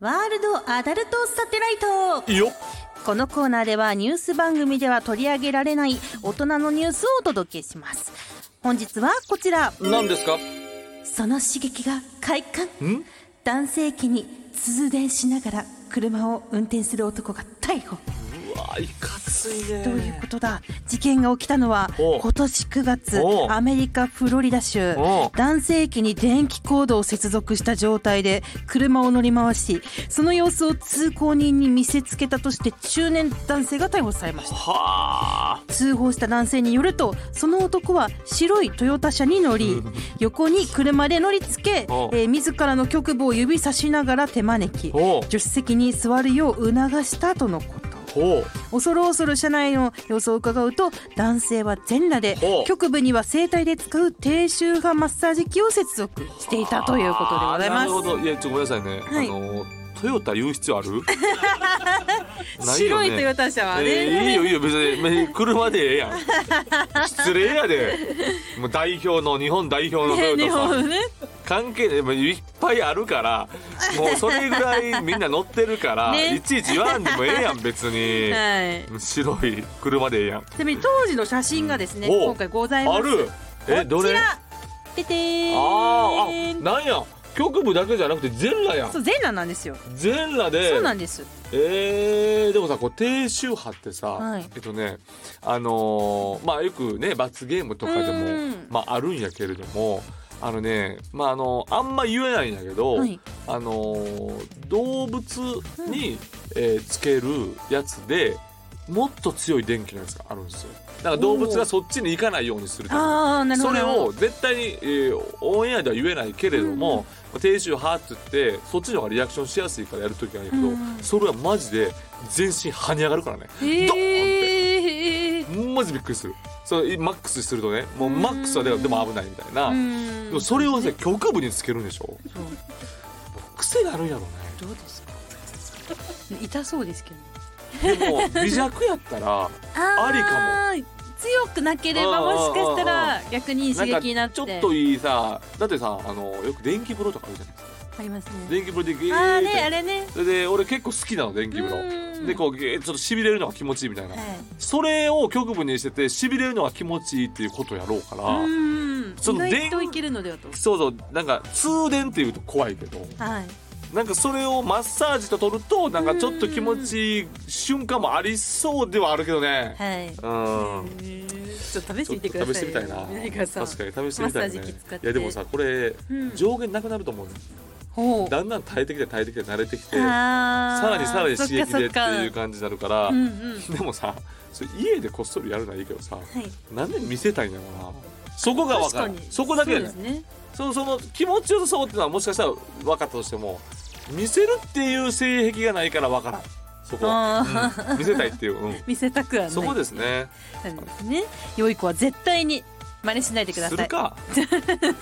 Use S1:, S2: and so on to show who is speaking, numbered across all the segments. S1: ワールドアダルトサテライト
S2: いいよ
S1: このコーナーではニュース番組では取り上げられない大人のニュースをお届けします本日はこちら
S2: 何ですか
S1: その刺激が快感
S2: ん
S1: 男性器に通電しながら車を運転する男が逮捕
S2: うわいかついね
S1: どういうことだ事件が起きたのは
S2: お
S1: 今年9月
S2: お
S1: アメリカ・フロリダ州
S2: お
S1: 男性器に電気コードを接続した状態で車を乗り回しその様子を通行人に見せつけたとして中年男性が逮捕されました
S2: はあ
S1: 通報した男性によるとその男は白いトヨタ車に乗り横に車で乗りつけ、え
S2: お
S1: ー自らの局部を指さしながら手招き
S2: お
S1: 助手席に座るよう促したとのこと
S2: ほう
S1: 恐る恐る車内の様子を伺うと男性は全裸で
S2: ほう
S1: 局部には整体で使う低周波マッサージ機を接続していたということでござい
S2: あーな
S1: ま
S2: る
S1: す
S2: ほどいやちょっとごめんなさいね、
S1: はい
S2: あのトヨタ言う必要 あるないよ
S1: 白
S2: ね
S1: いトヨタ車は
S2: えーいい
S1: ね、
S2: よいいよ別にめ車でええやん失礼やでもう代表の日本代表のトヨ
S1: 日
S2: タさ ん
S1: 本ね、
S2: 関係ないもういっぱいあるからもうそれぐらいみんな乗ってるか ら
S1: ね
S2: いちいち言わんでもええやん別に、
S1: はい
S2: 白い車でええやん
S1: ちなみに当時の写真がですね、
S2: お
S1: 今回ございます
S2: あるえど
S1: こち
S2: れあ
S1: らててー
S2: ーあ
S1: ん
S2: なんや局部だけじゃなくて全裸やん
S1: そう全裸なんですよ、
S2: 全裸で
S1: そうなんです
S2: えー、でもさこう低周波ってさ、
S1: はい
S2: えっとねあのーまあよくね罰ゲームとかで
S1: う
S2: も
S1: ん、
S2: まあ、あるんやけれどもあのねまああのあんま言えないんやけど、
S1: はい
S2: あのー動物に、えーつけるやつでもっと強い電気のやつがあるんですよだから動物がそっちに行かないようにするために
S1: ああなるほ
S2: そ
S1: ど
S2: れを絶対に、えーオンエアでは言えないけれども、低周波って言ってそっちの方がリアクションしやすいからやるときはあるけど、
S1: うん
S2: それはマジで全身跳ね上がるからねド
S1: えー
S2: マジびっくりするそれマックスするとねもうマックスはで,、
S1: うん
S2: でも危ないみたいな、
S1: うん
S2: でもそれをね局部につけるんでしょ
S1: そう
S2: 癖があるんやろ
S1: どうですか痛そうですけど
S2: うねでも微弱やっ たら
S1: ありかも強くなければ
S2: あー
S1: もしかしたら逆に刺激にな
S2: な
S1: っ
S2: んか
S1: て
S2: ちょっといいさだってさあのよく電気風呂とかあるじゃないですか
S1: ありますね
S2: 電気風呂でゲー
S1: あー
S2: っ
S1: あ
S2: て
S1: れあれね
S2: それで俺結構好きなの電気風
S1: うん
S2: 呂でこうゲーちょっとしびれるのが気持ちいいみたいな、
S1: はい
S2: それを局部にしててしびれるのが気持ちいいっていうことやろうから、
S1: うん
S2: そ
S1: 意
S2: の
S1: 外といけるのではと
S2: そうそうなんか通電っていうと怖いけど
S1: はい
S2: なんかそれをマッサージと取るとなんかちょっと気持ちいい瞬間もありそうではあるけどね
S1: はい
S2: うん、
S1: えーちょっと試して
S2: ちょ
S1: み
S2: っと
S1: てください
S2: 試してみたいな
S1: 何かさ
S2: 確かに試してみたい
S1: マッ
S2: ね
S1: サージ機使って
S2: いやでもさこれ、
S1: うん
S2: 上限なくなると思うね
S1: ほう
S2: だんだん耐えてきて耐えてきて慣れてきてさ
S1: さ
S2: らにさらに刺激でっていう
S1: か
S2: 感じになるから、
S1: うんうんは
S2: でもさそれ家でこっそりやるのはいいけどさ
S1: い
S2: なんで見せたいんだろうなそこが分からん
S1: 確かに
S2: そこだけ
S1: そ
S2: で
S1: う
S2: ね
S1: ですね
S2: そのその気持ちよさそうっていうのはもしかしたら分かったとしても見せるっていう性癖がないから分からんそこは、うん見せたいっていう、うん
S1: 見せたくはない
S2: そこですね
S1: そうですね良い子は絶対に真似しないでくださ
S2: す
S1: い
S2: る か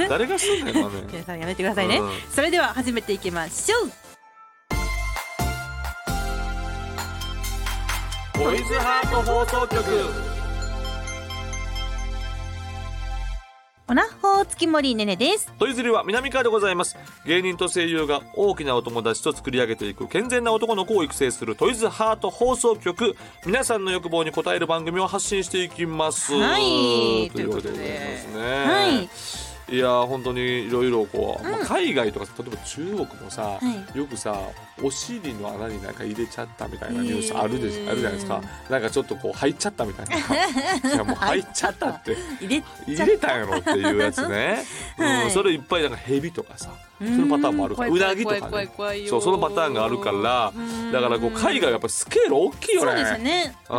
S2: 誰がするんだよまあね
S1: 皆さんやめてくださいね、
S2: うん
S1: それでは始めていきましょう
S2: ボイズハート放送局
S1: おなほー月森ねねです
S2: トイズリは南川でございます芸人と声優が大きなお友達と作り上げていく健全な男の子を育成するトイズハート放送局皆さんの欲望に応える番組を発信していきます
S1: はい
S2: ということで
S1: と
S2: ござ
S1: いう
S2: いま
S1: こ
S2: す
S1: と
S2: ね
S1: はい
S2: いやー本当にいろいろこう、まあ海外とか例えば中国もさ、
S1: はい
S2: よくさお尻の穴になんか入れちゃったみたいなニュースあるでし、
S1: えー
S2: あるじゃないですかなんかちょっとこう入っちゃったみた いないやもう入っちゃったって
S1: 入れ
S2: 入れたんやろっていうやつ ね、
S1: はい
S2: うん、それいっぱいなんか蛇とかさそういうパターンもあるからうなぎとかねそうそのパターンがあるからだからこう海外はやっぱスケール大きいよ
S1: そ
S2: ね
S1: うですねやっぱり
S2: うん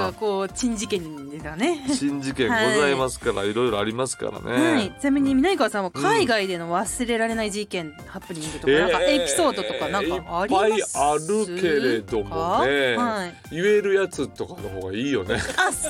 S1: なんかこう珍事件ですよね
S2: 新事件ございますから、い、ろいろありますからね、
S1: はい、ちなみに南川さんは海外での忘れられない事件、ハプニングとか、なんか
S2: えー
S1: エピソードとかなんかあります
S2: いっぱいあるけれどもね、
S1: はい、
S2: 言えるやつとかの方がいいよ ね
S1: あそ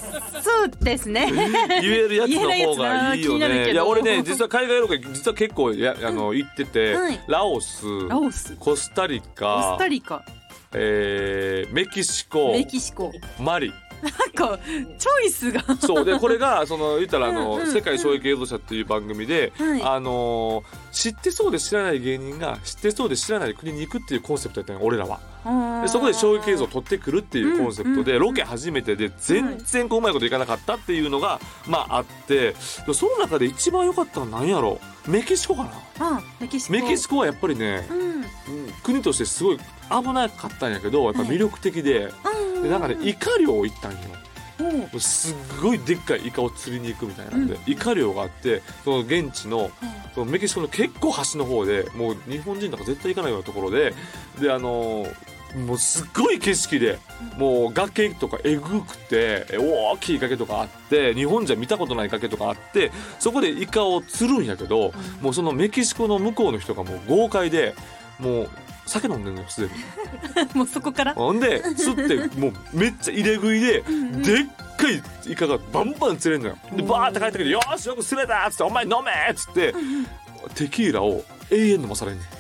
S1: うですね
S2: 言えるやつの方がいいよ
S1: 言えないやつな気になるけ
S2: ね
S1: ど
S2: いや俺ね実は海外ロケ実は結構やあの行ってて、
S1: はい
S2: ラオス
S1: ラオス
S2: コスタリ
S1: コス
S2: カ
S1: タリカ
S2: えーメキシコ
S1: メキシコ
S2: マリ
S3: なんかチョイスが
S2: そうでこれがその言ったらあ
S3: う
S2: の、
S3: んうんうん
S2: 世界衝撃映像社っていう番組で、
S3: はい
S2: あのー知ってそうで知らない芸人が知ってそうで知らない国に行くっていうコンセプトやったのよ俺らはでそこで衝撃映像を撮ってくるっていうコンセプトで、
S3: うんうんうん
S2: ロケ初めてで全然こううまいこといかなかったっていうのが、まああってでその中で一番良かったのは何やろメキシコかな
S3: あメキシコ
S2: メキシコはやっぱりね
S3: コ、うん
S2: 国としてすごい危なかったんやけどやっぱ魅力的で,、
S3: うん
S2: でなんかねイカ漁行ったんよ
S3: おう
S2: すっごいでっかいイカを釣りに行くみたいなんで、イカ漁があってその現地のそのメキシコの結構端の方でもう日本人なんか絶対行かないようなところでであのーもうすっごい景色でもう崖とかえぐくてえ大きい崖とかあって日本じゃ見たことない崖とかあってそこでイカを釣るんやけどもうそのメキシコの向こうの人がもう豪快でもう酒飲んでんのよすでに。
S3: もうそこから
S2: ほんで釣ってもうめっちゃ入れ食いで
S3: ん
S2: でっかいイカがバンバン釣れんのよ。でバーって帰ってきて「よーしよく釣れた!」っつって「お前飲め!」っつってテキーラを永遠飲まされんね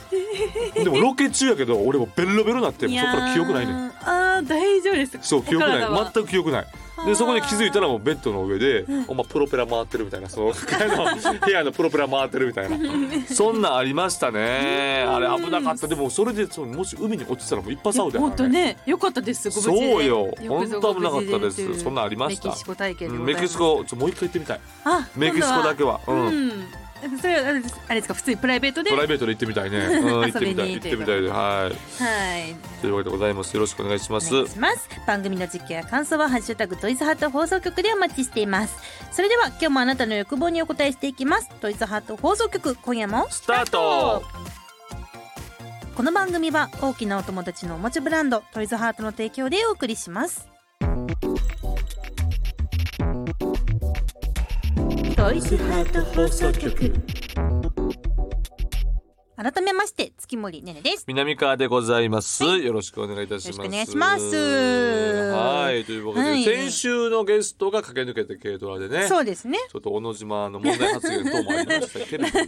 S2: ん。でもロケ中やけど俺もベロベロなってそ
S3: い
S2: こ
S3: やー
S2: から記憶ないねん。
S3: あー大丈夫です
S2: そう記憶な
S3: お体
S2: い
S3: は
S2: 全く記憶ない
S3: あ
S2: で
S3: ー
S2: そこで気づいたらもうベッドの上で、お前プロペラ回ってるみたいなそ のあの部屋のプロペラ回ってるみたいなそんなんありましたねあれ危なかったでもそれでそのもし海に落ちてたらもう一発アウトやから
S3: 本当ね良かったですご無事で
S2: そうよ
S3: くぞ
S2: 本当危なか
S3: ご
S2: っ
S3: 無事
S2: たです
S3: という
S2: そんなんありました
S3: メキシコ体験
S2: う
S3: で
S2: ん
S3: ございま
S2: メ
S3: す
S2: キシコちょもう一回行ってみたい
S3: あ
S2: メキシコだけ
S3: は
S2: は、う
S3: うんんそれはあれですあれですか普通にプライベートで
S2: プ
S3: は
S2: ライベートで行ってみたいね、 うん、行ってみ
S3: 遊び
S2: たい
S3: に
S2: 行ってみたいではい
S3: い
S2: というわけでございますよろしくお願いしま
S1: お
S2: す
S1: 願いします番組の実況や感想は「ハッシュタグトイズハート放送局」でお待ちしていますそれでは今日もあなたの欲望にお答えしていきますトイズハート放送局今夜も
S2: スタート
S1: この番組は大きなお友達のおもちゃブランドトイズハートの提供でお送りしますトイズハート放送局改めまして月森ねねです
S2: 南川でございます、よろしくお願いいたします
S1: よろしくお願いします
S2: はいというわけで、
S1: はい
S2: 先週のゲストが駆け抜けて軽トラでね
S1: そうですね
S2: ちょっと小野島の問題発言等もありましたけれど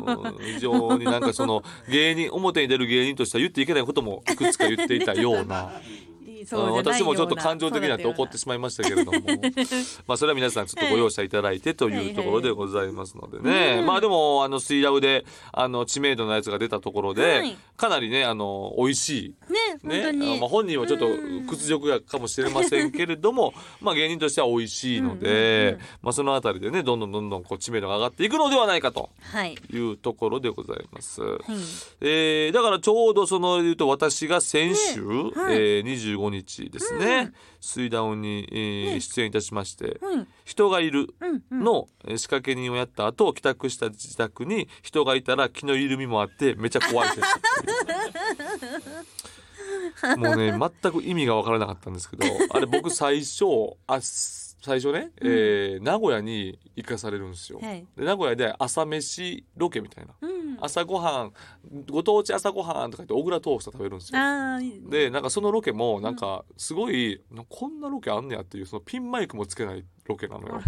S2: も、 うん非常になんかその芸人表に出る芸人としては言っていけないこともいくつか言っていたような
S3: そうじゃない
S2: 私
S3: ような
S2: もちょっと感情的になって怒ってしまいましたけれどもまあそれは皆さんちょっとご容赦いただいてというところでございますのでねまあでもあのスイラウであの知名度のやつが出たところで
S1: はい
S2: かなりねあの美味しい
S1: ね本当に、
S2: あのまあ、本人はちょっと屈辱やかもしれませんけれども、まあ芸人としては美味しいので、まあそのあたりでねどんどんどんどんこう知名度が上がっていくのではないかと
S1: はい
S2: いうところでございます。えーだからちょうどその言うと私が先週、えー、25日ですね、水ダウンに、えー出演いたしまして、人がいるのえー仕掛け人をやった後帰宅した自宅に人がいたら気の緩みもあってめちゃ怖いです もうね全く意味が分からなかったんですけどあれ僕最初あ最初ね、えー名古屋に行かされるんですよ。
S1: はい
S2: で名古屋で朝飯ロケみたいな、朝ごはんご当地朝ごはんとか言って小倉トースト食べるんですよ。
S1: あーいいね
S2: でなんかそのロケもなんかすごい、なこんなロケあんねやっていうそのピンマイクもつけないロケなのよ。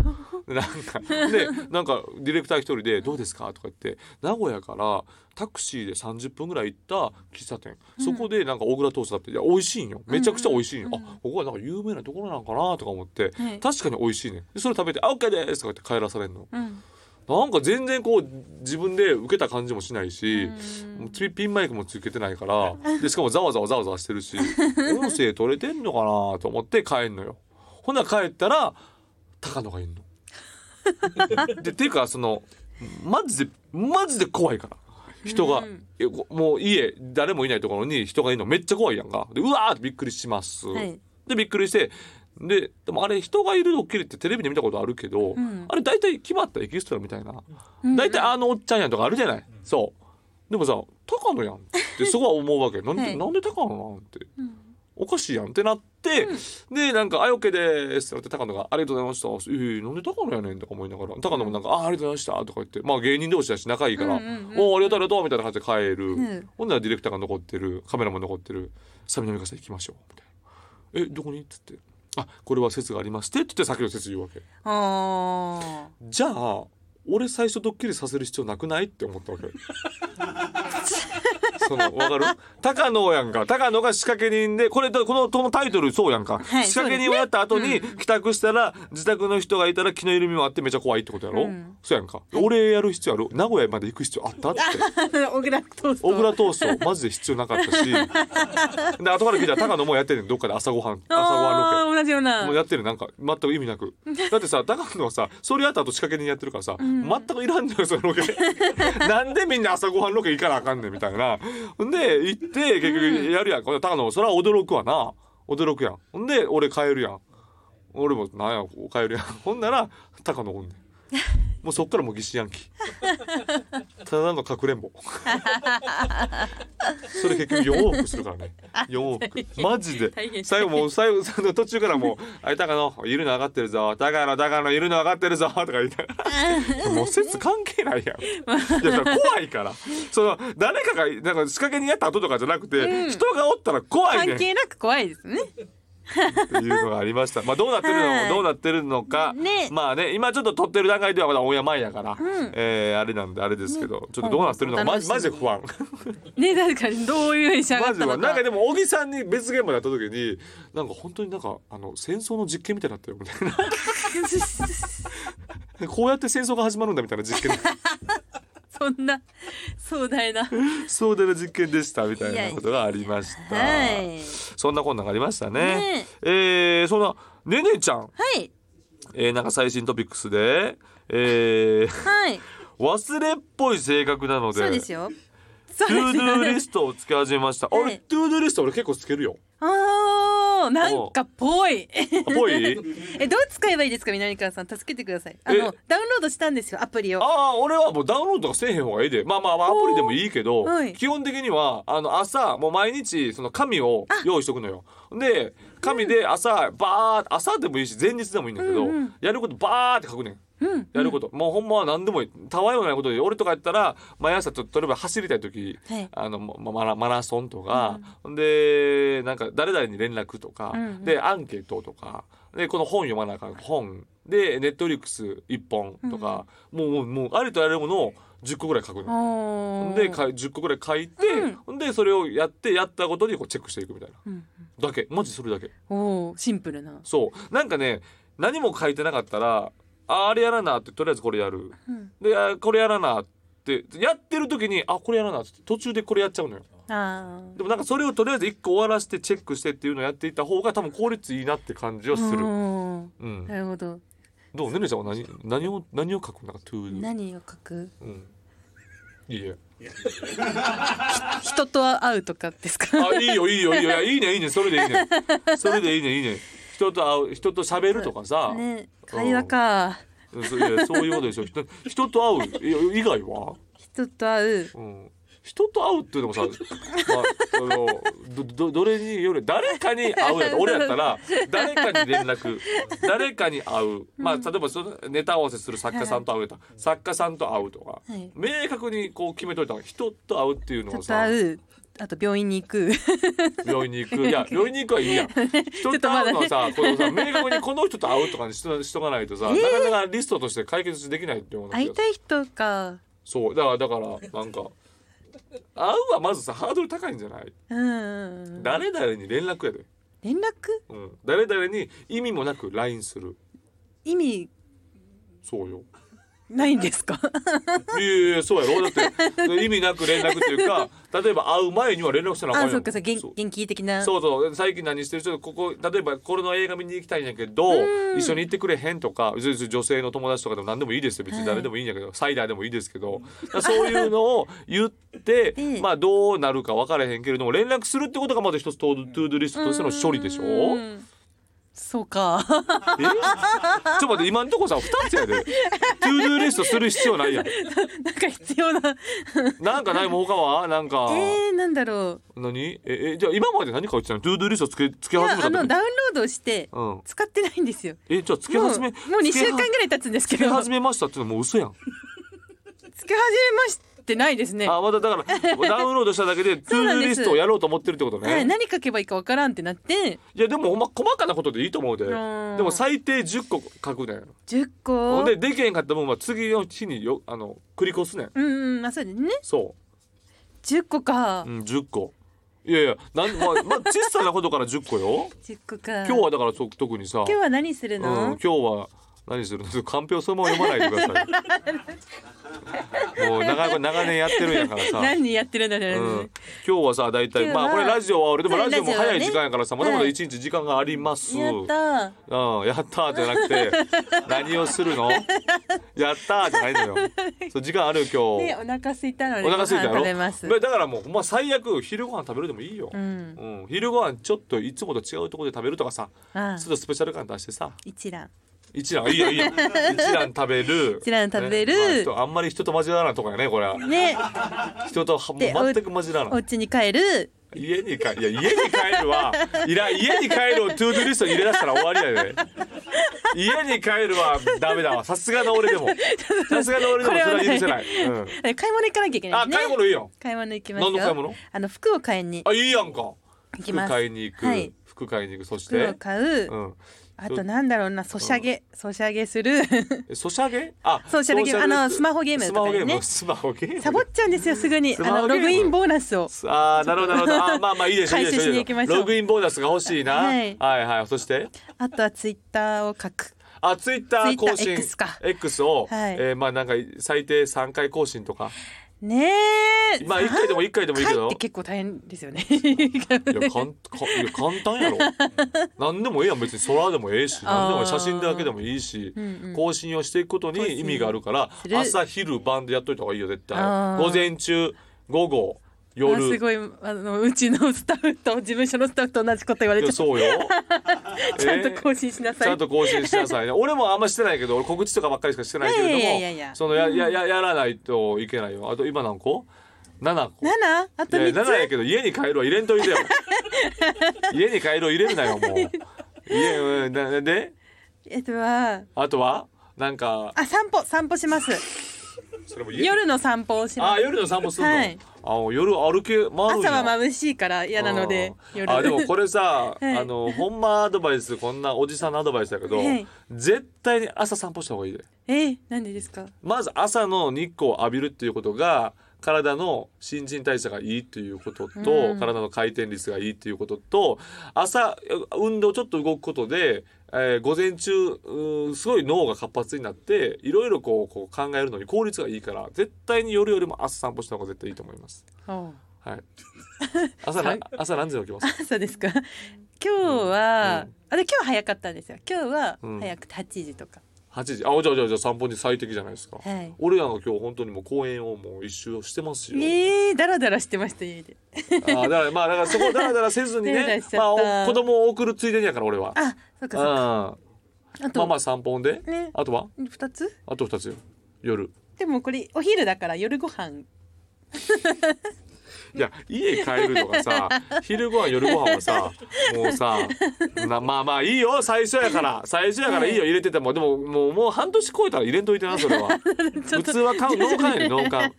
S2: で なんかでなんかディレクター一人で「どうですか?」とか言って名古屋からタクシーで30分ぐらい行った喫茶店、そこでなんか小倉トーストだっていや美味しいんよめちゃくちゃ美味しいんよ、あここはなんか有名なところなんかなとか思って、
S1: はい
S2: 確かに美味しいねでそれ食べて「あ OK です」とか言って帰らされるの。
S1: うん
S2: なんか全然こう自分で受けた感じもしないし、もうピピンマイクもつけてない からでしかもざわざわざわざわしてるし音声取れてんのかなと思って帰んのよ。ほな帰ったら高野がいんの。 でっていうかそのマジでマジで怖いから人が、えこもう家誰もいないところに人がいるのめっちゃ怖いやんかでうわーってびっくりします。
S1: はい
S2: でびっくりしてででもあれ人がいるドッキリってテレビで見たことあるけど、
S1: ん
S2: あれ大体決まったエキストラみたいな、大体あのおっちゃんやんとかあるじゃない、そうでもさ高野やん ってそこは思うわけなんで、
S1: はい
S2: なんで高野なんて、おかしいやんってなって、でなんか「あオッケーです」ってなって高野が「ありがとうございました」えーなんで高野やねん」とか思いながら高野もなんか「あありがとうございました」とか言ってまあ芸人同士だし仲いいから「
S1: うんうんうん
S2: おおありがとうありがとう」みたいな感じで帰る、
S1: ん
S2: ほんならディレクターが残ってるカメラも残ってる「サミナミカさん行きましょう」みたいな。えどこにっつって「あこれは説がありまして」って言って先の説言うわけ
S1: あ
S2: じゃ あ俺最初ドッキリさせる必要なくないって思ったわけそのわかる高野やんか高野が仕掛け人でこれとこのこのタイトルそうやんか、
S1: はい
S2: 仕掛け人をやった後に帰宅したら、自宅の人がいたら気の緩みもあってめちゃ怖いってことやろ、
S1: うん
S2: そうやんか俺やる必要ある名古屋まで行く必要あった って
S3: 小倉トースト
S2: 小倉トーストマジで必要なかったしで後から聞いたら高野もやってるどっかで朝ごはん朝ごはんロケ
S3: あー同じような
S2: もうやってるなんか全く意味な くだってさ高野はさそれやった後仕掛け人やってるからさ、全くいらんのよその ロケなんでみんな朝ごはんロケ行かなあかんねんみたいなほんで行って結局やるやん、これ高野それは驚くわな驚くやんほんで俺帰るやん俺もなんや帰るやんほんなら高野おんねんもうそっからもう疑心暗鬼ただのかくれんぼそれ結局4往復するからね4往復マジで
S3: 大変
S2: 最後もう最後その途中からもう「あいたかのいるの上がってるぞだからだからいるの上がってるぞ」とか言いながらもう説関係ない やんいやだから怖いからその誰かがなんか仕掛けにやった後とかじゃなくて、人がおったら怖いねん
S3: 関係なく怖いですね
S2: っていうのがありました。まあどうなってるの、
S1: はい
S2: どうなってるのか、
S1: ね
S2: まあね今ちょっと撮ってる段階ではまだオンエア前やから、えーあれなんであれですけど、ちょっとどうなってるのか、
S1: お
S2: マ
S1: 楽し
S2: ジ
S1: みに
S2: マジで不安。
S3: ね確かにどういうふうに仕上が
S2: マ
S3: っ
S2: ジ
S3: た
S2: で不
S3: の
S2: 安なん
S3: か
S2: かでも小木さんに別現場でやった時になんか本当になんかあの戦争の実験みたいになったよみたいな こうやって戦争が始まるんだみたいな実 験
S3: そんな壮大な
S2: 壮大な実験でしたみたいなことがありました。
S1: はい。
S2: そんなこんなんがありましたね。
S1: ね
S2: えーそんなねねちゃん、
S1: はい。
S2: えーなんか最新トピックスで。えー
S1: はい。
S2: 忘れっぽい性格なので
S1: そうですよ。
S3: そ
S2: トゥ
S3: う
S2: ー
S3: で
S2: ド
S3: す
S2: ゥ
S3: よ
S2: ー
S3: ね
S2: リストをつけ始めました、
S1: は
S2: 俺
S1: い
S2: トゥードゥーリスト俺結構つけ るよ
S3: あーなんかぽい
S2: あぽい
S1: え、どう使えばいいですか、南川さん、助けてください。あ
S2: え
S1: の、ダウンロードしたんですよ、アプリを。
S2: ああ俺はもうダウンロードとかせえへん方がいいでまあまあまあアプリでもいいけど、
S1: はい
S2: 基本的にはあの朝もう毎日その紙を用意しとくのよで紙で朝バー朝でもいいし前日でもいいんだけど、
S1: うんうん
S2: やることバーって書くねん
S1: うん。
S2: やること、もうほんまは何でもいいたわいもないことで俺とかやったら毎朝と例えば走りたい時、
S1: はい
S2: あのまマラマラソンとか、でなんか誰々に連絡とか、
S1: うんうん
S2: でアンケートとかでこの本読まなあかん本でネットフリックス1本とか、もうもうもうありとあらゆるものを10個ぐらい書くの。
S1: おー
S2: でか10個ぐらい書いて、でそれをやってやったことにこうチェックしていくみたいな
S3: うん
S2: だけマジそれだけ。
S3: おーシンプルな
S2: そうなんかね何も書いてなかったらああれやらなってとりあえずこれやる、
S1: うん
S2: であこれやらなってやってる時にあこれやらなって途中でこれやっちゃうのよ
S1: あー
S2: でもなんかそれをとりあえず一個終わらせてチェックしてっていうのをやっていった方が多分効率いいなって感じはする、うん
S1: おーなるほど。
S2: どうねねちゃんは何何を何を書くのかトゥードゥ
S1: 何を書く。
S2: うんいいえ
S3: 人と会うとかですか
S2: あいいよいいよいいよいやいいねいいねそれでいいねそれでいいねいいね人と会う人と喋るとかさ、
S1: ね、会話か。
S2: うんそういやそういうことでしょ人人と会ういや以外は
S1: 人と会う。
S2: うん人と会うっていう のもさ、まあ、そのどどどれによる誰かに会うや った俺やったら誰かに連絡誰かに会うまあ例えばそのネタ合わせする作家さんと会うやったら作家さんと会うとか、
S1: はい
S2: 明確にこう決めといた方が人と会うっていうの
S1: 人
S2: も
S1: と
S2: さ
S1: 会う。あと病院に行く。
S2: 病院に行くい や病院に行くはいいやん人と会うのはさこのさ明確にこの人と会うとかにしとしとかないとさ、なかなかリストとして解決できないって思うんだけ
S1: 会
S2: ど
S1: いたい人か。
S2: そうだからだからなんか会うはまずさハードル高いんじゃない
S1: うん。連
S2: 誰々に連絡やで、
S1: 絡。
S2: うん、誰々に意味もなく LINE する
S1: 意味。
S2: そうよ
S3: ないんですか
S2: いやいやそうやろだって意味なく連絡っていうか 例えば会う前には連絡したら
S1: あ、
S2: や
S1: そ
S2: も
S1: うんか、そう、元
S2: そう
S1: 元気的な。
S2: そうそう最近何してる人ここ例えばこれの映画見に行きたいんやけど一緒に行ってくれへんとか別に女性の友達とかでも何でもいいですよ別に誰でもいいんやけど、サイダーでもいいですけどだからそういうのを言 って
S1: で
S2: まあどうなるか分からへんけれども連絡するってことがまず一つトゥードゥーリストとしての処理でしょ
S1: うん
S3: そう か
S2: えちょっと待って今んとこさ2つやでトゥードゥーリストする必要ないやん
S3: なんか必要な
S2: なんかないもん他はなんか、
S1: えー、なんだろう。
S2: 何ええじゃあ今まで何書いてたのトゥードゥーリストつけつけ
S1: いや
S2: 始めた
S1: あの
S2: 時
S1: ダウンロードして
S2: うん
S1: 使ってないんですよ。
S2: えじゃあつけ
S1: もう
S2: 始め
S3: もう2
S2: つけ
S3: 週
S2: は
S3: 間ぐらい経つんですけ
S2: つけ
S3: ど
S2: 始めましたっていうのもう嘘やん
S3: つけ始めましてないですね
S2: あまただか らダウンロードしただけでトゥ
S1: う
S2: ー
S1: な
S2: ド
S1: ん
S2: ゥー
S1: です
S2: リストをやろうと思ってるってこと
S3: はい
S2: ね
S3: 何書けばいいかわからんってなって
S2: いやでもほんま細かなことでいいと思うでで
S1: ん
S2: も最低10個書くねん
S1: 10
S2: ほ
S1: 個
S2: んでできへんかった分は次の日によあの繰り越すねん
S1: うんうんまあそうですね
S2: そ
S1: 10個か
S2: うん、10個いやいやなん、まあ、まあ、小さなことから10個よ
S1: 10個か
S2: 今日はだからそ特にさ
S1: 今日は何する
S2: うん、
S1: の、
S2: 今日は何するのかんぴょうそのまま読まないでくださ いもう長い長年やってるんやからさ
S1: 何やってるんだろう
S2: う
S1: ね、
S2: ん、今日はさ大体
S1: 今日は
S2: まあこれラジオは俺でもラジオも
S1: そうラジオはね
S2: 早い時間やからさまだまだ
S1: はい
S2: 一日時間があります、
S1: やった
S2: うん、やったーじゃな くて何をするのやったーじゃない のよそう時間ある今
S1: ー
S2: 日、
S1: ねお腹空いたので
S2: お腹空いた
S1: ご飯
S2: やろ
S1: 食べます
S2: でだからもうほんま最悪昼ご飯食べるでもいいよ、
S1: うん
S2: うん昼ご飯ちょっといつもと違うところで食べるとかさ
S1: あ
S2: ちょっとスペシャル感出してさ
S1: 一覧
S2: 一蘭いいよ いいよ一蘭食べる
S1: 一蘭食べる
S2: ねまあ人あんまり人と交わらないとかやねこれは
S1: ね
S2: 人とはもう
S1: で
S2: 全く交わら
S1: お
S2: ない
S1: 家に帰る
S2: 家に帰るいや家に帰るはいら家に帰るをトゥードゥリストに入れ出したら終わりやで、家に帰るはダメだわさすがの俺でもさすがの俺でもそれは許せない、うん
S1: 買い物行かなきゃいけない
S2: あ
S1: んで
S2: 買い
S1: ね
S2: 物いいよ
S1: 買い物行きますよ
S2: 何の買い物
S1: あの服を買いに
S2: あいいやんか
S1: 行き
S2: 服
S1: ます
S2: 買いに行く、
S1: はい
S2: 服買いに行くそし
S1: 服を
S2: て
S1: 買う、
S2: うん
S1: あとなんだろうなソシャゲソシャゲする
S2: えソシャゲあ
S1: ソシャゲゲームあのスマホゲーム
S2: ス
S1: と
S2: マホ
S1: か
S2: ゲ
S1: で
S2: ー
S1: ね
S2: ムスマホゲーム
S1: サボっちゃうんですよすぐに
S2: ス
S1: あ
S2: マホ
S1: のロ
S2: ゲーム
S1: グインボーナスを
S2: ああなるほどなるほどあーまあまあいいでしょいいで
S1: 回収
S2: しょ
S1: しに行きましょう
S2: ログインボーナスが欲しいな、
S1: は
S2: はいい、はいそして
S1: あとはツイッターを書く
S2: あツイッター更新
S1: Twitter X か
S2: X を、
S1: はい
S2: えーまあなんか最低三回更新とか
S1: ねえ
S2: まあ一回でも一回でもいいけ
S1: 書
S2: ど
S1: って結構大変ですよね
S2: いやかんかいや簡単 やろ何でもええやん別に空でもええし
S1: あー
S2: 何でもええ写真だけでもいいし、
S1: うんうん
S2: 更新をしていくこと
S1: 更新
S2: に意味があるから
S1: する
S2: 朝昼晩でやっといた方がいいよ絶対
S1: あー
S2: 午前中午後
S1: あ す
S2: 夜
S1: ごいあのうちのスタッフと事務所のスタッフと同じこと言われ
S2: い
S1: ちゃ
S2: や
S1: っ
S2: そうよ
S1: た ちゃんと更新しな
S2: ち
S1: さい、
S2: ゃんと更新しなさいね。俺もあんましてないけど、俺告知とかばっかりしかしてないけ
S1: いやいやいやい
S2: れど
S1: や
S2: も、そのややややらないといけないよ。あと今何個？7個。
S1: 7あ
S2: い
S1: と
S2: や
S1: 3つ
S2: 7やけど家に帰ろう入れんといてよ。 家に帰ろう入れるなよもう。家うんなで
S1: えっとは
S2: あとはなんか
S1: あ散歩散歩します
S2: それも家に
S1: 夜の散歩をしま
S2: あ
S1: す
S2: 夜の散歩するの。
S1: はい
S2: あ夜歩け回るんや。
S1: 朝は眩しいから嫌なので
S2: うん
S1: 夜
S2: あでもこ れさ、
S1: い
S2: あのほんまアドバイスこんなおじさんのアドバイスだけど、
S1: はい
S2: 絶対に朝散歩した方がいいで。
S1: えなんでですか
S2: まず朝の日光を浴びるっていうことが体の新陳代謝がいいっていうことと、
S1: うん
S2: 体の回転率がいいっていうことと朝え運動ちょっと動くことで、えー午前中うーすごい脳が活発になっていろいろこうこう考えるのに効率がいいから絶対に夜よりも朝散歩した方が絶対いいと思います。 はい、朝な朝何時に起きます
S1: 朝ですか今日は、
S2: うん
S1: あで今日早かったんですよ今日は
S2: うん
S1: 早くて8時とか、
S2: ?8 時あじゃあじゃあじゃあ散歩に最適じゃないですか。
S1: はい
S2: 俺らが今日本当にもう公園をもう一周してますよ。
S1: えー、だらだらしてました家で
S2: あーだからまあだからそこだらだらせずに
S1: ダラダラ
S2: ね
S1: しち
S2: ま
S1: ゃ
S2: あ
S1: った
S2: お子供を送るついでにやから俺は
S1: あそう
S2: う
S1: か
S2: ん
S1: そうかあ
S2: ま
S1: と、
S2: あまあ散歩で、
S1: ね
S2: あとは
S1: 2つ
S2: あと2つよ夜
S1: でもこれお昼だから夜ご飯
S2: いや家帰るの がさ昼ご飯夜ご飯はさもうさなまあまあいいよ最初やから最初やからいいよ入れててもでももうもう半年超えたら入れんといてな それは普通は買う農家やねん農家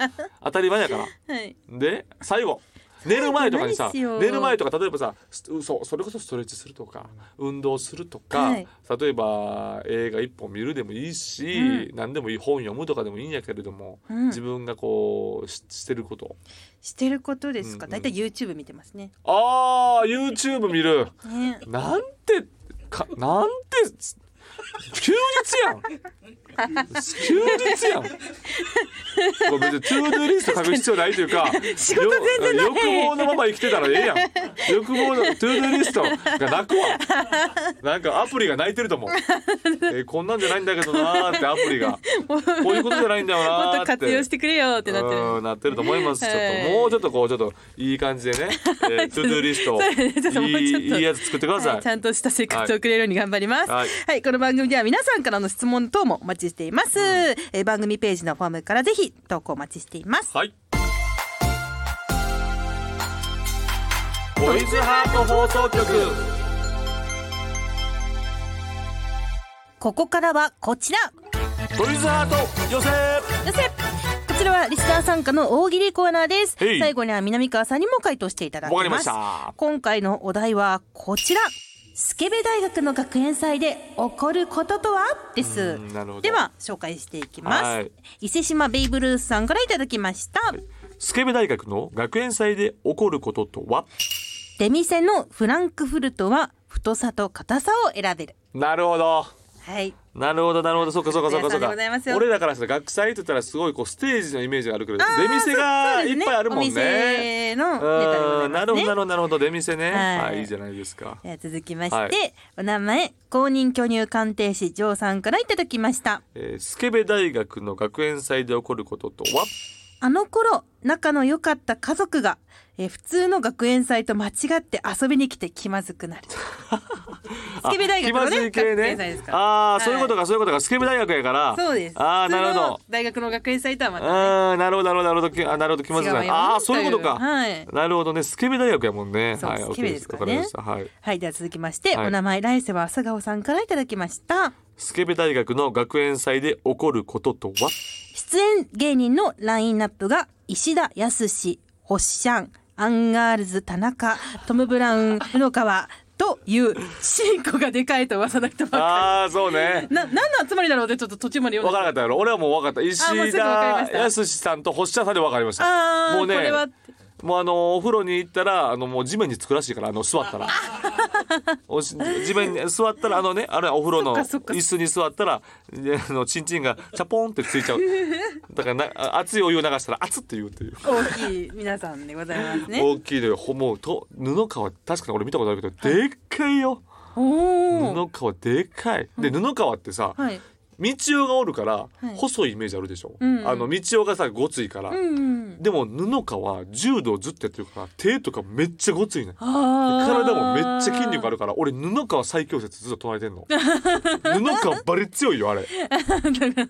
S2: 当たり前やから
S1: はい
S2: で最後寝る前とかにさ
S1: 最後何しよう
S2: 寝る前とか例えばさすそうそれこそストレッチするとか運動するとか、
S1: はい
S2: 例えば映画一本見るでもいいし、
S1: う
S2: 何でもいい本読むとかでもいいんやけれども、
S1: うん
S2: 自分がこうししてること
S1: してることですか、
S2: うん
S1: だいたい YouTube 見てますね
S2: あー YouTube 見る
S1: ね
S2: なんてかなんて休日やん休日やんこれ別にトゥードゥーリスト書く必要ないというか
S1: 仕事全然ない
S2: よ欲望のまま生きてたらええやん欲望のトゥードゥーリストが泣くわなんかアプリが泣いてると思う、 えーこんなんじゃないんだけどなーってアプリが
S1: もう
S2: こういうことじゃないんだよ
S1: も
S2: な
S1: っ
S2: ー
S1: と
S2: って
S1: 活用してくれよってなってる
S2: うんなってると思います。ちょっ
S1: はい
S2: ともうちょっとこうちょっといい感じでね、え ー、トゥードゥーリストを
S1: そうですねちょっともうちょっと
S2: いいいいやつ作ってくださ
S1: はいい、ち。ゃんとした生活を送れるように頑張ります。は
S2: はいい、
S1: この番組では皆さんからの質問等もお待ちしています。えー番組ページのフォームからぜひ投稿お待ちしています。
S2: はい。ボイズハート放送局。
S4: ここからはこちら
S2: ボイズハート寄せ。
S4: よせこちらはリスナー参加の大喜利コーナーです
S2: へい
S4: 最後には南川さんにも回答していただき
S2: わかりま
S4: ま
S2: し
S4: す
S2: た。
S4: 今回のお題はこちらスケベ大学の学園祭で起こることとはです
S2: うんなるほど
S4: では紹介していきます、
S2: はい
S4: 伊勢島ベイブルースさんからいただきました
S2: スケベ大学の学園祭で起こることとは
S1: 出店のフランクフルトは太さと硬さを選べる
S2: なるほど
S1: はい
S2: なるほどなるほどそうかそうかそうかそう
S1: お部屋さんでご
S2: か
S1: ざいますよ
S2: 俺らからしたら学祭って言ったらすごいこうステージのイメージがあるけど出店が
S1: そう
S2: い
S1: です
S2: っぱいあるもんね
S1: お店のネタでござ
S2: う
S1: い
S2: ん
S1: ま
S2: な
S1: す
S2: るほ
S1: ね
S2: どなるほどなるほど出店ね
S1: はい
S2: はいいいじゃないですか
S1: では続きまして、
S2: はい
S1: お名前公認巨乳鑑定士ジョーさんからいただきました
S2: えースケベ大学の学園祭で起こることとは
S1: あの頃仲の良かった家族が、えー普通の学園祭と間違って遊びに来て気まずくなるスケベ大学の
S2: あ気まず
S1: ね
S2: い系
S1: 学
S2: ね
S1: 園祭ですから
S2: ああ、
S1: はい
S2: そういうことかそういうことかスケベ大学やから
S1: そうです
S2: ああな
S1: 普
S2: るほ
S1: 通
S2: ど
S1: の大学の学園祭とはまた
S2: あーなるほどなるほどなるほどきあなるほど気まずい
S1: 違
S2: な
S1: よ
S2: ああーそういうことか、
S1: はい
S2: なるほどねスケベ大学やもんね
S1: そう
S2: はい
S1: スケベですからね
S2: OK わかりましたはい
S1: はいでは続きまして、
S2: はい
S1: お名前来世は朝顔さんからいただきました
S2: スケベ大学の学園祭で起こることとは
S1: 出演芸人のラインナップが石田康ホッシャンアンガールズ田中トム・ブラウン布川というチンコがでかいと噂の人ばっか
S2: ああそうね
S1: りな何の集まりだろうってちょっと途中まで
S2: 分
S1: 読ん
S2: からな
S1: で
S2: かったやろ俺はもう分かった石
S1: あもうすぐ分かりまし
S2: 田
S1: た
S2: 康さんと星田さんで分かりました
S1: あー
S2: もうね
S1: これは
S2: もうあのお風呂に行ったらあのもう地面につくらしいからあの座っ たらおし地面に座ったらあのねあれお風呂の
S1: そっかそっか
S2: 椅子に座ったらであのチンチンがチャポンってつ いちゃうだからなあ熱いお湯を流したら熱って言うっていう。
S1: 大きい皆さんでございます ね
S2: 大きいのよほもうと布川確かに俺見たことあるけど、でっかいよ
S1: おお
S2: 布川でっかいで布川ってさ、
S1: はい
S2: 道夫がおるから
S1: はい
S2: 細いイメージあるでしょ、
S1: うんうん
S2: あの道夫がさごついから、
S1: うんうん
S2: でも布川柔道ずっとやってるから手とかめっちゃごついね
S1: あー
S2: 体もめっちゃ筋肉あるから俺布川最強説ずっと唱えてんの布川バリ強いよ あれ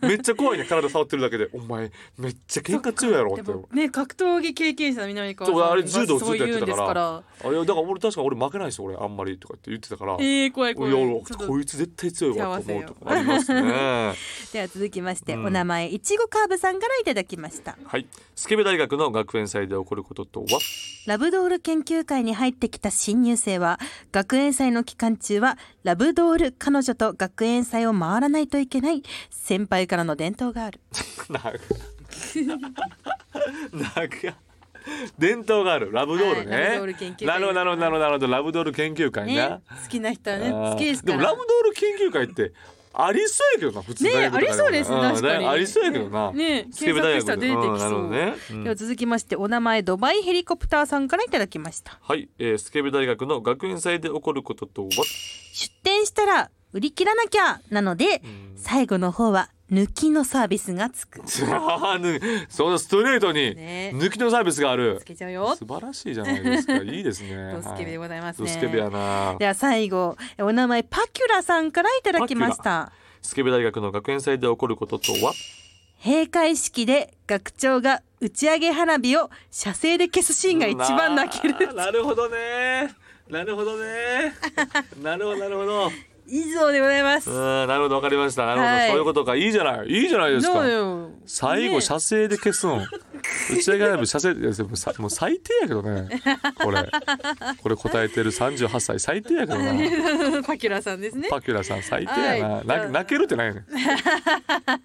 S2: めっちゃ怖いね体触ってるだけでお前めっちゃ喧嘩強いやろっ
S1: で
S2: て
S1: もね格闘技経験者の南川
S2: そう
S1: さん
S2: あれ柔道ずっとや
S1: そ
S2: って
S1: う言うんで
S2: た
S1: す
S2: から
S1: から
S2: あいやだから俺確か俺負けないですよ俺あんまりとかって言ってたから、
S1: えー、怖い怖い
S2: いや俺
S1: ちょっと
S2: こいつ絶対強いわと思うとかあり
S1: 幸
S2: ますね
S1: では続きまして、
S2: うん
S1: お名前いちごカーブさんからいただきました
S2: はいスケベ大学の学園祭で起こることとは
S1: ラブドール研究会に入ってきた新入生は学園祭の期間中はラブドール彼女と学園祭を回らないといけない先輩からの伝統がある
S2: 長い長い伝統があるラブドールね、
S1: はいラブドール研究会
S2: なるほどなるほどなるほどなるほどラブドール研究会な、
S1: ね好きな人はね
S2: あー
S1: 好きですか
S2: で
S1: ら
S2: もラブドール研究会ってありそうやけどな普通
S1: ね
S2: 大学と
S1: あ
S2: かで
S1: り
S2: も
S1: そうですね
S2: ん
S1: 確かに
S2: だありそうやけどな、
S1: ね
S2: スケベ大
S1: 検索し
S2: 学で
S1: たら出てきそう
S2: うんなるほどね、うん
S1: では続きましてお名前ドバイヘリコプターさんからいただきました
S2: はい、えースケベ大学の学園祭で起こることとは
S1: 出店したら売り切らなきゃなので最後の方は抜きのサービスがつく
S2: あーぬそのストレートに
S1: ね
S2: 抜きのサービスがある
S1: つ、けちゃうよ
S2: 素晴らしいじゃないで すかいいですね
S1: ドスケベでございます
S2: ド
S1: ね
S2: スケベやな
S1: では最後お名前パキュラさんからいただきました
S2: スケベ大学の学園祭で起こることとは
S1: 閉会式で学長が打ち上げ花火を射精で消すシーンが一番泣ける
S2: なるほどねなるほどねなるほどなるほど
S1: 以上でございます
S2: うんなるほどわかりましたなるほど、
S1: はい
S2: そういうことかいいじゃないいいじゃないです
S1: ど
S2: か
S1: うよ
S2: 最後
S1: ね
S2: 射精で消すの打ち上げライブ射精いやでもさもう最低やけどね これこれ答えてる38歳最低やけどな
S1: パキュラさんですね
S2: パキュラさん最低やな、
S1: はい
S2: な泣けるってない ねん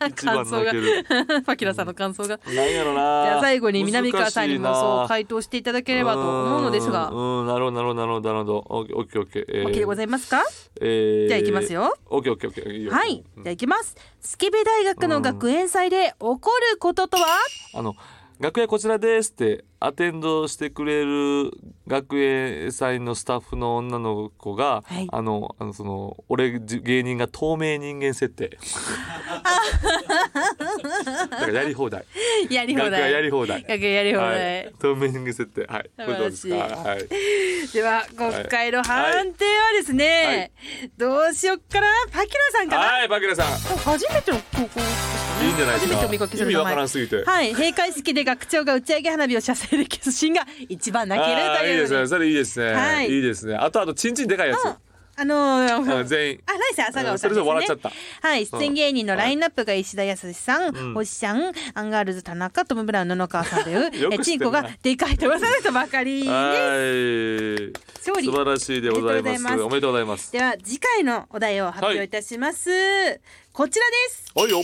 S2: 一番
S1: 感想
S2: 泣
S1: が
S2: ける
S1: パキュラさんの感想が
S2: なんやろな
S1: じゃあ最後に南川さんにもそう
S2: い
S1: 回答していただければと思うのですが
S2: うんうんなるほどなるほどなるほどオッケーオッケーオッケーえー
S1: OK でございますか
S2: え
S1: じ
S2: ー
S1: ゃあ行きますよ
S2: オッケーオッケーオッケーいいよ
S1: はいじゃあいきますスケベ大学の学園祭で起こることとは
S2: あの楽屋こちらですってアテンドしてくれる学園祭のスタッフの女の子が、
S1: はい
S2: あのあのその俺じ芸人が透明人間設 定だからやり放題
S1: やり放
S2: 楽屋
S1: 題
S2: やり放題
S1: 学園やり放
S2: は
S1: 題
S2: い、透明人間設定はいこれどうですか
S1: 素晴
S2: はい
S1: では今回の判定はですね、どうしよっかなパキュラさんかな、
S2: はいバキラさん
S1: 初めての投稿
S2: いいんじゃないです
S1: 初
S2: か
S1: めてお見かけする
S2: 意味
S1: 名前
S2: わからんすぎて
S1: はい閉会式で学長が打ち上げ花火を射精で消すシーンが一番泣ける
S2: あ
S1: と
S2: ーいい
S1: いう
S2: ですねそれいいですね、
S1: はい
S2: い、いですねあとあとチンチンでかいやつ
S1: あのー、
S2: あ全員
S1: あ来世朝顔さんですね、
S2: うんそれで笑っちゃった
S1: はい出演芸人のラインナップが石田康さん、星ちゃんアンガールズ田中トム・ブラウン布川さんという
S2: よく知ってるな
S1: えチンコがでかいと噂されたばかりね
S2: はい
S1: 勝利
S2: 素晴らしいでございます
S1: お
S2: おめでとうございます
S1: では次回のお題を発表いたします、こちらです
S2: おいよ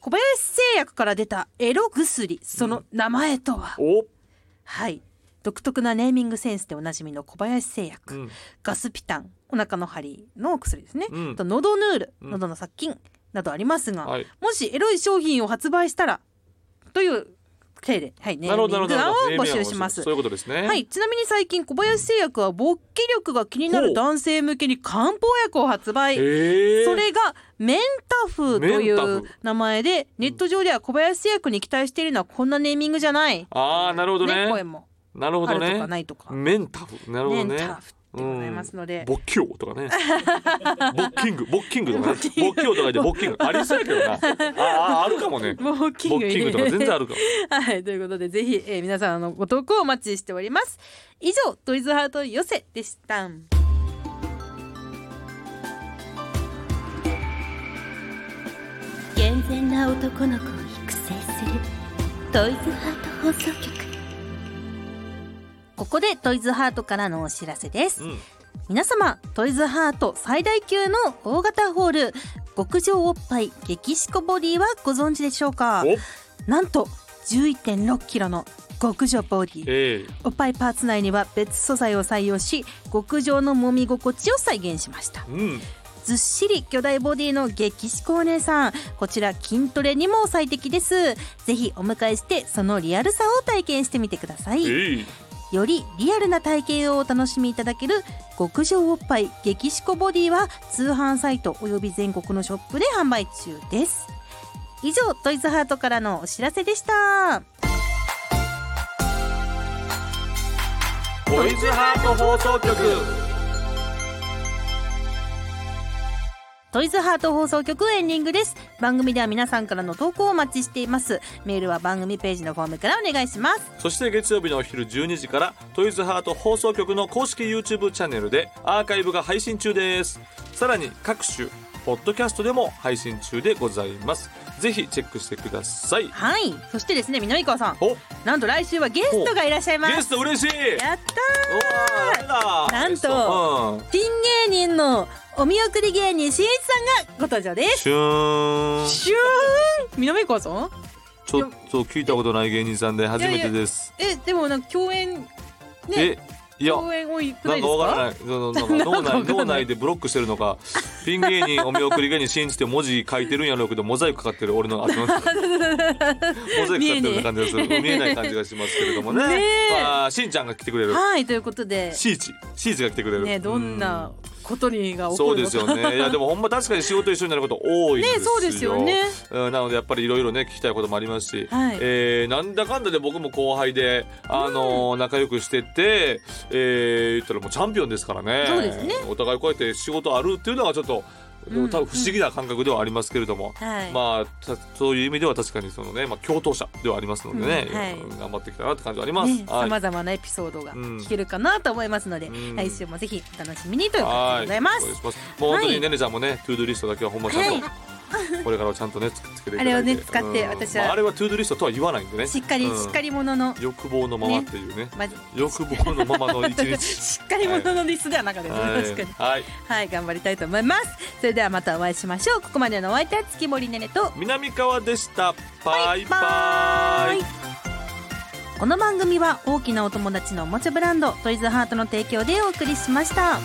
S1: 小林製薬から出たエロ薬その名前とは、
S2: お
S1: はい独特なネーミングセンスでおなじみの小林製薬、
S2: うん
S1: ガスピタンお腹の張りのお薬ですね、
S2: うん
S1: と喉ヌール
S2: うん
S1: 喉の殺菌などありますが、
S2: はい
S1: もしエロい商品を発売したらという体で、はい、ネ
S2: なるほ
S1: ーミ
S2: どな
S1: ン
S2: る
S1: グ
S2: ほど
S1: 案を
S2: ネーミング
S1: 募集します
S2: そういうことですね
S1: はい、ちなみに最近小林製薬は勃起力が気になる男性向けに漢方薬を発売、
S2: ええ
S1: それがメンタフとい
S2: メンタ
S1: う
S2: フ
S1: 名前でネット上では小林製薬に期待しているのはこんなネーミングじゃない
S2: ああなるほどね
S1: 声も
S2: なるほ
S1: ある
S2: ど
S1: とか
S2: ね
S1: ないとか、
S2: メンタフなるほ
S1: メ
S2: ど
S1: ン
S2: ね
S1: タフってございますので、
S2: 勃起王とか ねボッキングボッキングとかね勃起王とかでボッキングありそうやけどなあああるかもね
S1: もう勃起
S2: ボッキングとか全然あ
S1: る
S2: るか も
S1: はいということでぜひ、えー皆さんあのご投稿お待ちしております以上トイズハート寄せでした
S5: 健全な男の子を育成するトイズハート放送局
S1: ここでトイズハートからのお知らせです
S2: うん
S1: 皆様トイズハート最大級の大型ホール極上おっぱい激しこボディはご存知でしょうか
S2: お
S1: なんと11.6キロの極上ボディ
S2: ええ
S1: おっぱいパーツ内には別素材を採用し極上の揉み心地を再現しました
S2: うん
S1: ずっしり巨大ボディの激しこお姉さんこちら筋トレにも最適ですぜひお迎えしてそのリアルさを体験してみてください
S2: ええ
S1: よりリアルな体験をお楽しみいただける極上おっぱい激しこボディは通販サイトおよび全国のショップで販売中です以上トイズハートからのお知らせでした
S2: トイズハート放送局
S1: トイズハート放送局エンディングです番組では皆さんからの投稿をお待ちしていますメールは番組ページのフォームからお願いします
S2: そして月曜日のお昼12時からトイズハート放送局の公式 YouTube チャンネルでアーカイブが配信中ですさらに各種ポッドキャストでも配信中でございますぜひチェックしてください
S1: はいそしてですね南川さん
S2: お
S1: なんと来週はゲストがいらっしゃいま
S2: ゲ
S1: す
S2: スト嬉しいうわ
S1: やった
S2: ー誰だ
S1: なんと
S2: ゲストうん
S1: ーピン芸人のお見送り芸人しんいちさんがご登場です
S2: シューン
S1: シューン南川さん
S2: ちょっと聞いたことない芸人さんで初めてです
S1: えでもなんか共演
S2: えいや
S1: 共演多いく
S2: な
S1: なんい
S2: か
S1: です
S2: わから
S1: か
S2: ないそのなんか
S1: な
S2: 脳
S1: んかわかんな
S2: 内
S1: い
S2: 脳内でブロックしてるのかピン芸人お見送り芸人信じて文字書いてるんやろうけどモザイクかかってる俺の頭の中 モザイクかかってるような感じがする見えない感じがしますけれどもね
S1: ねえ
S2: まあしんちゃんが来てくれる
S1: はいということで
S2: しーちしーちが来てくれる
S1: ねどんなことにが
S2: うん
S1: 起
S2: そ
S1: こ
S2: う
S1: る
S2: で
S1: の
S2: す
S1: か
S2: よねいやでもほんま確かに仕事一緒になること多いんですよ
S1: ねそうですよね
S2: うんなのでやっぱりいろいろね聞きたいこともありますし、
S1: はい
S2: えーなんだかんだで僕も後輩で、あのー仲良くしてて、えー、言ったらもうチャンピオンですからね
S1: そうですね
S2: お互いこうやって仕事あるっていうのはちょっと、
S1: うん
S2: 多分不思議な感覚ではありますけれども、
S1: はい、
S2: まあたそういう意味では確かにそのね、まあ、共闘者ではありますのでね、
S1: うんはい
S2: 頑張ってきたなって感じはあります。
S1: ね、
S2: はい
S1: さまざまなエピソードが
S2: うん
S1: 聞けるかなと思いますので、
S2: うん
S1: 来週もぜひお楽しみにということ
S2: は
S1: でございます
S2: お。願しますもう本当
S1: は
S2: に
S1: い
S2: ねねちゃんもね、トゥードゥリストだけはほんまちゃんと、これからはちゃんとね、つつけていただいて。
S1: あれをね使って
S2: うん
S1: 私は
S2: まあ、あれはトゥードゥリストとは言わないんでね。
S1: しっかり、
S2: うん
S1: しっかり者の、
S2: 欲望のままっていうね。
S1: まず
S2: 欲望のままの一日。
S1: しっかり者のリスではなかったです、 確かに。
S2: はい。はい
S1: はい、頑張りたいと思います。それではまたお会いしましょう。ここまでのお相手は月森ねねと
S2: 南川でした。バイ
S1: バ
S2: バ
S1: イ
S2: イ。
S1: この番組は大きなお友達のおもちゃブランドトイズハートの提供でお送りしました。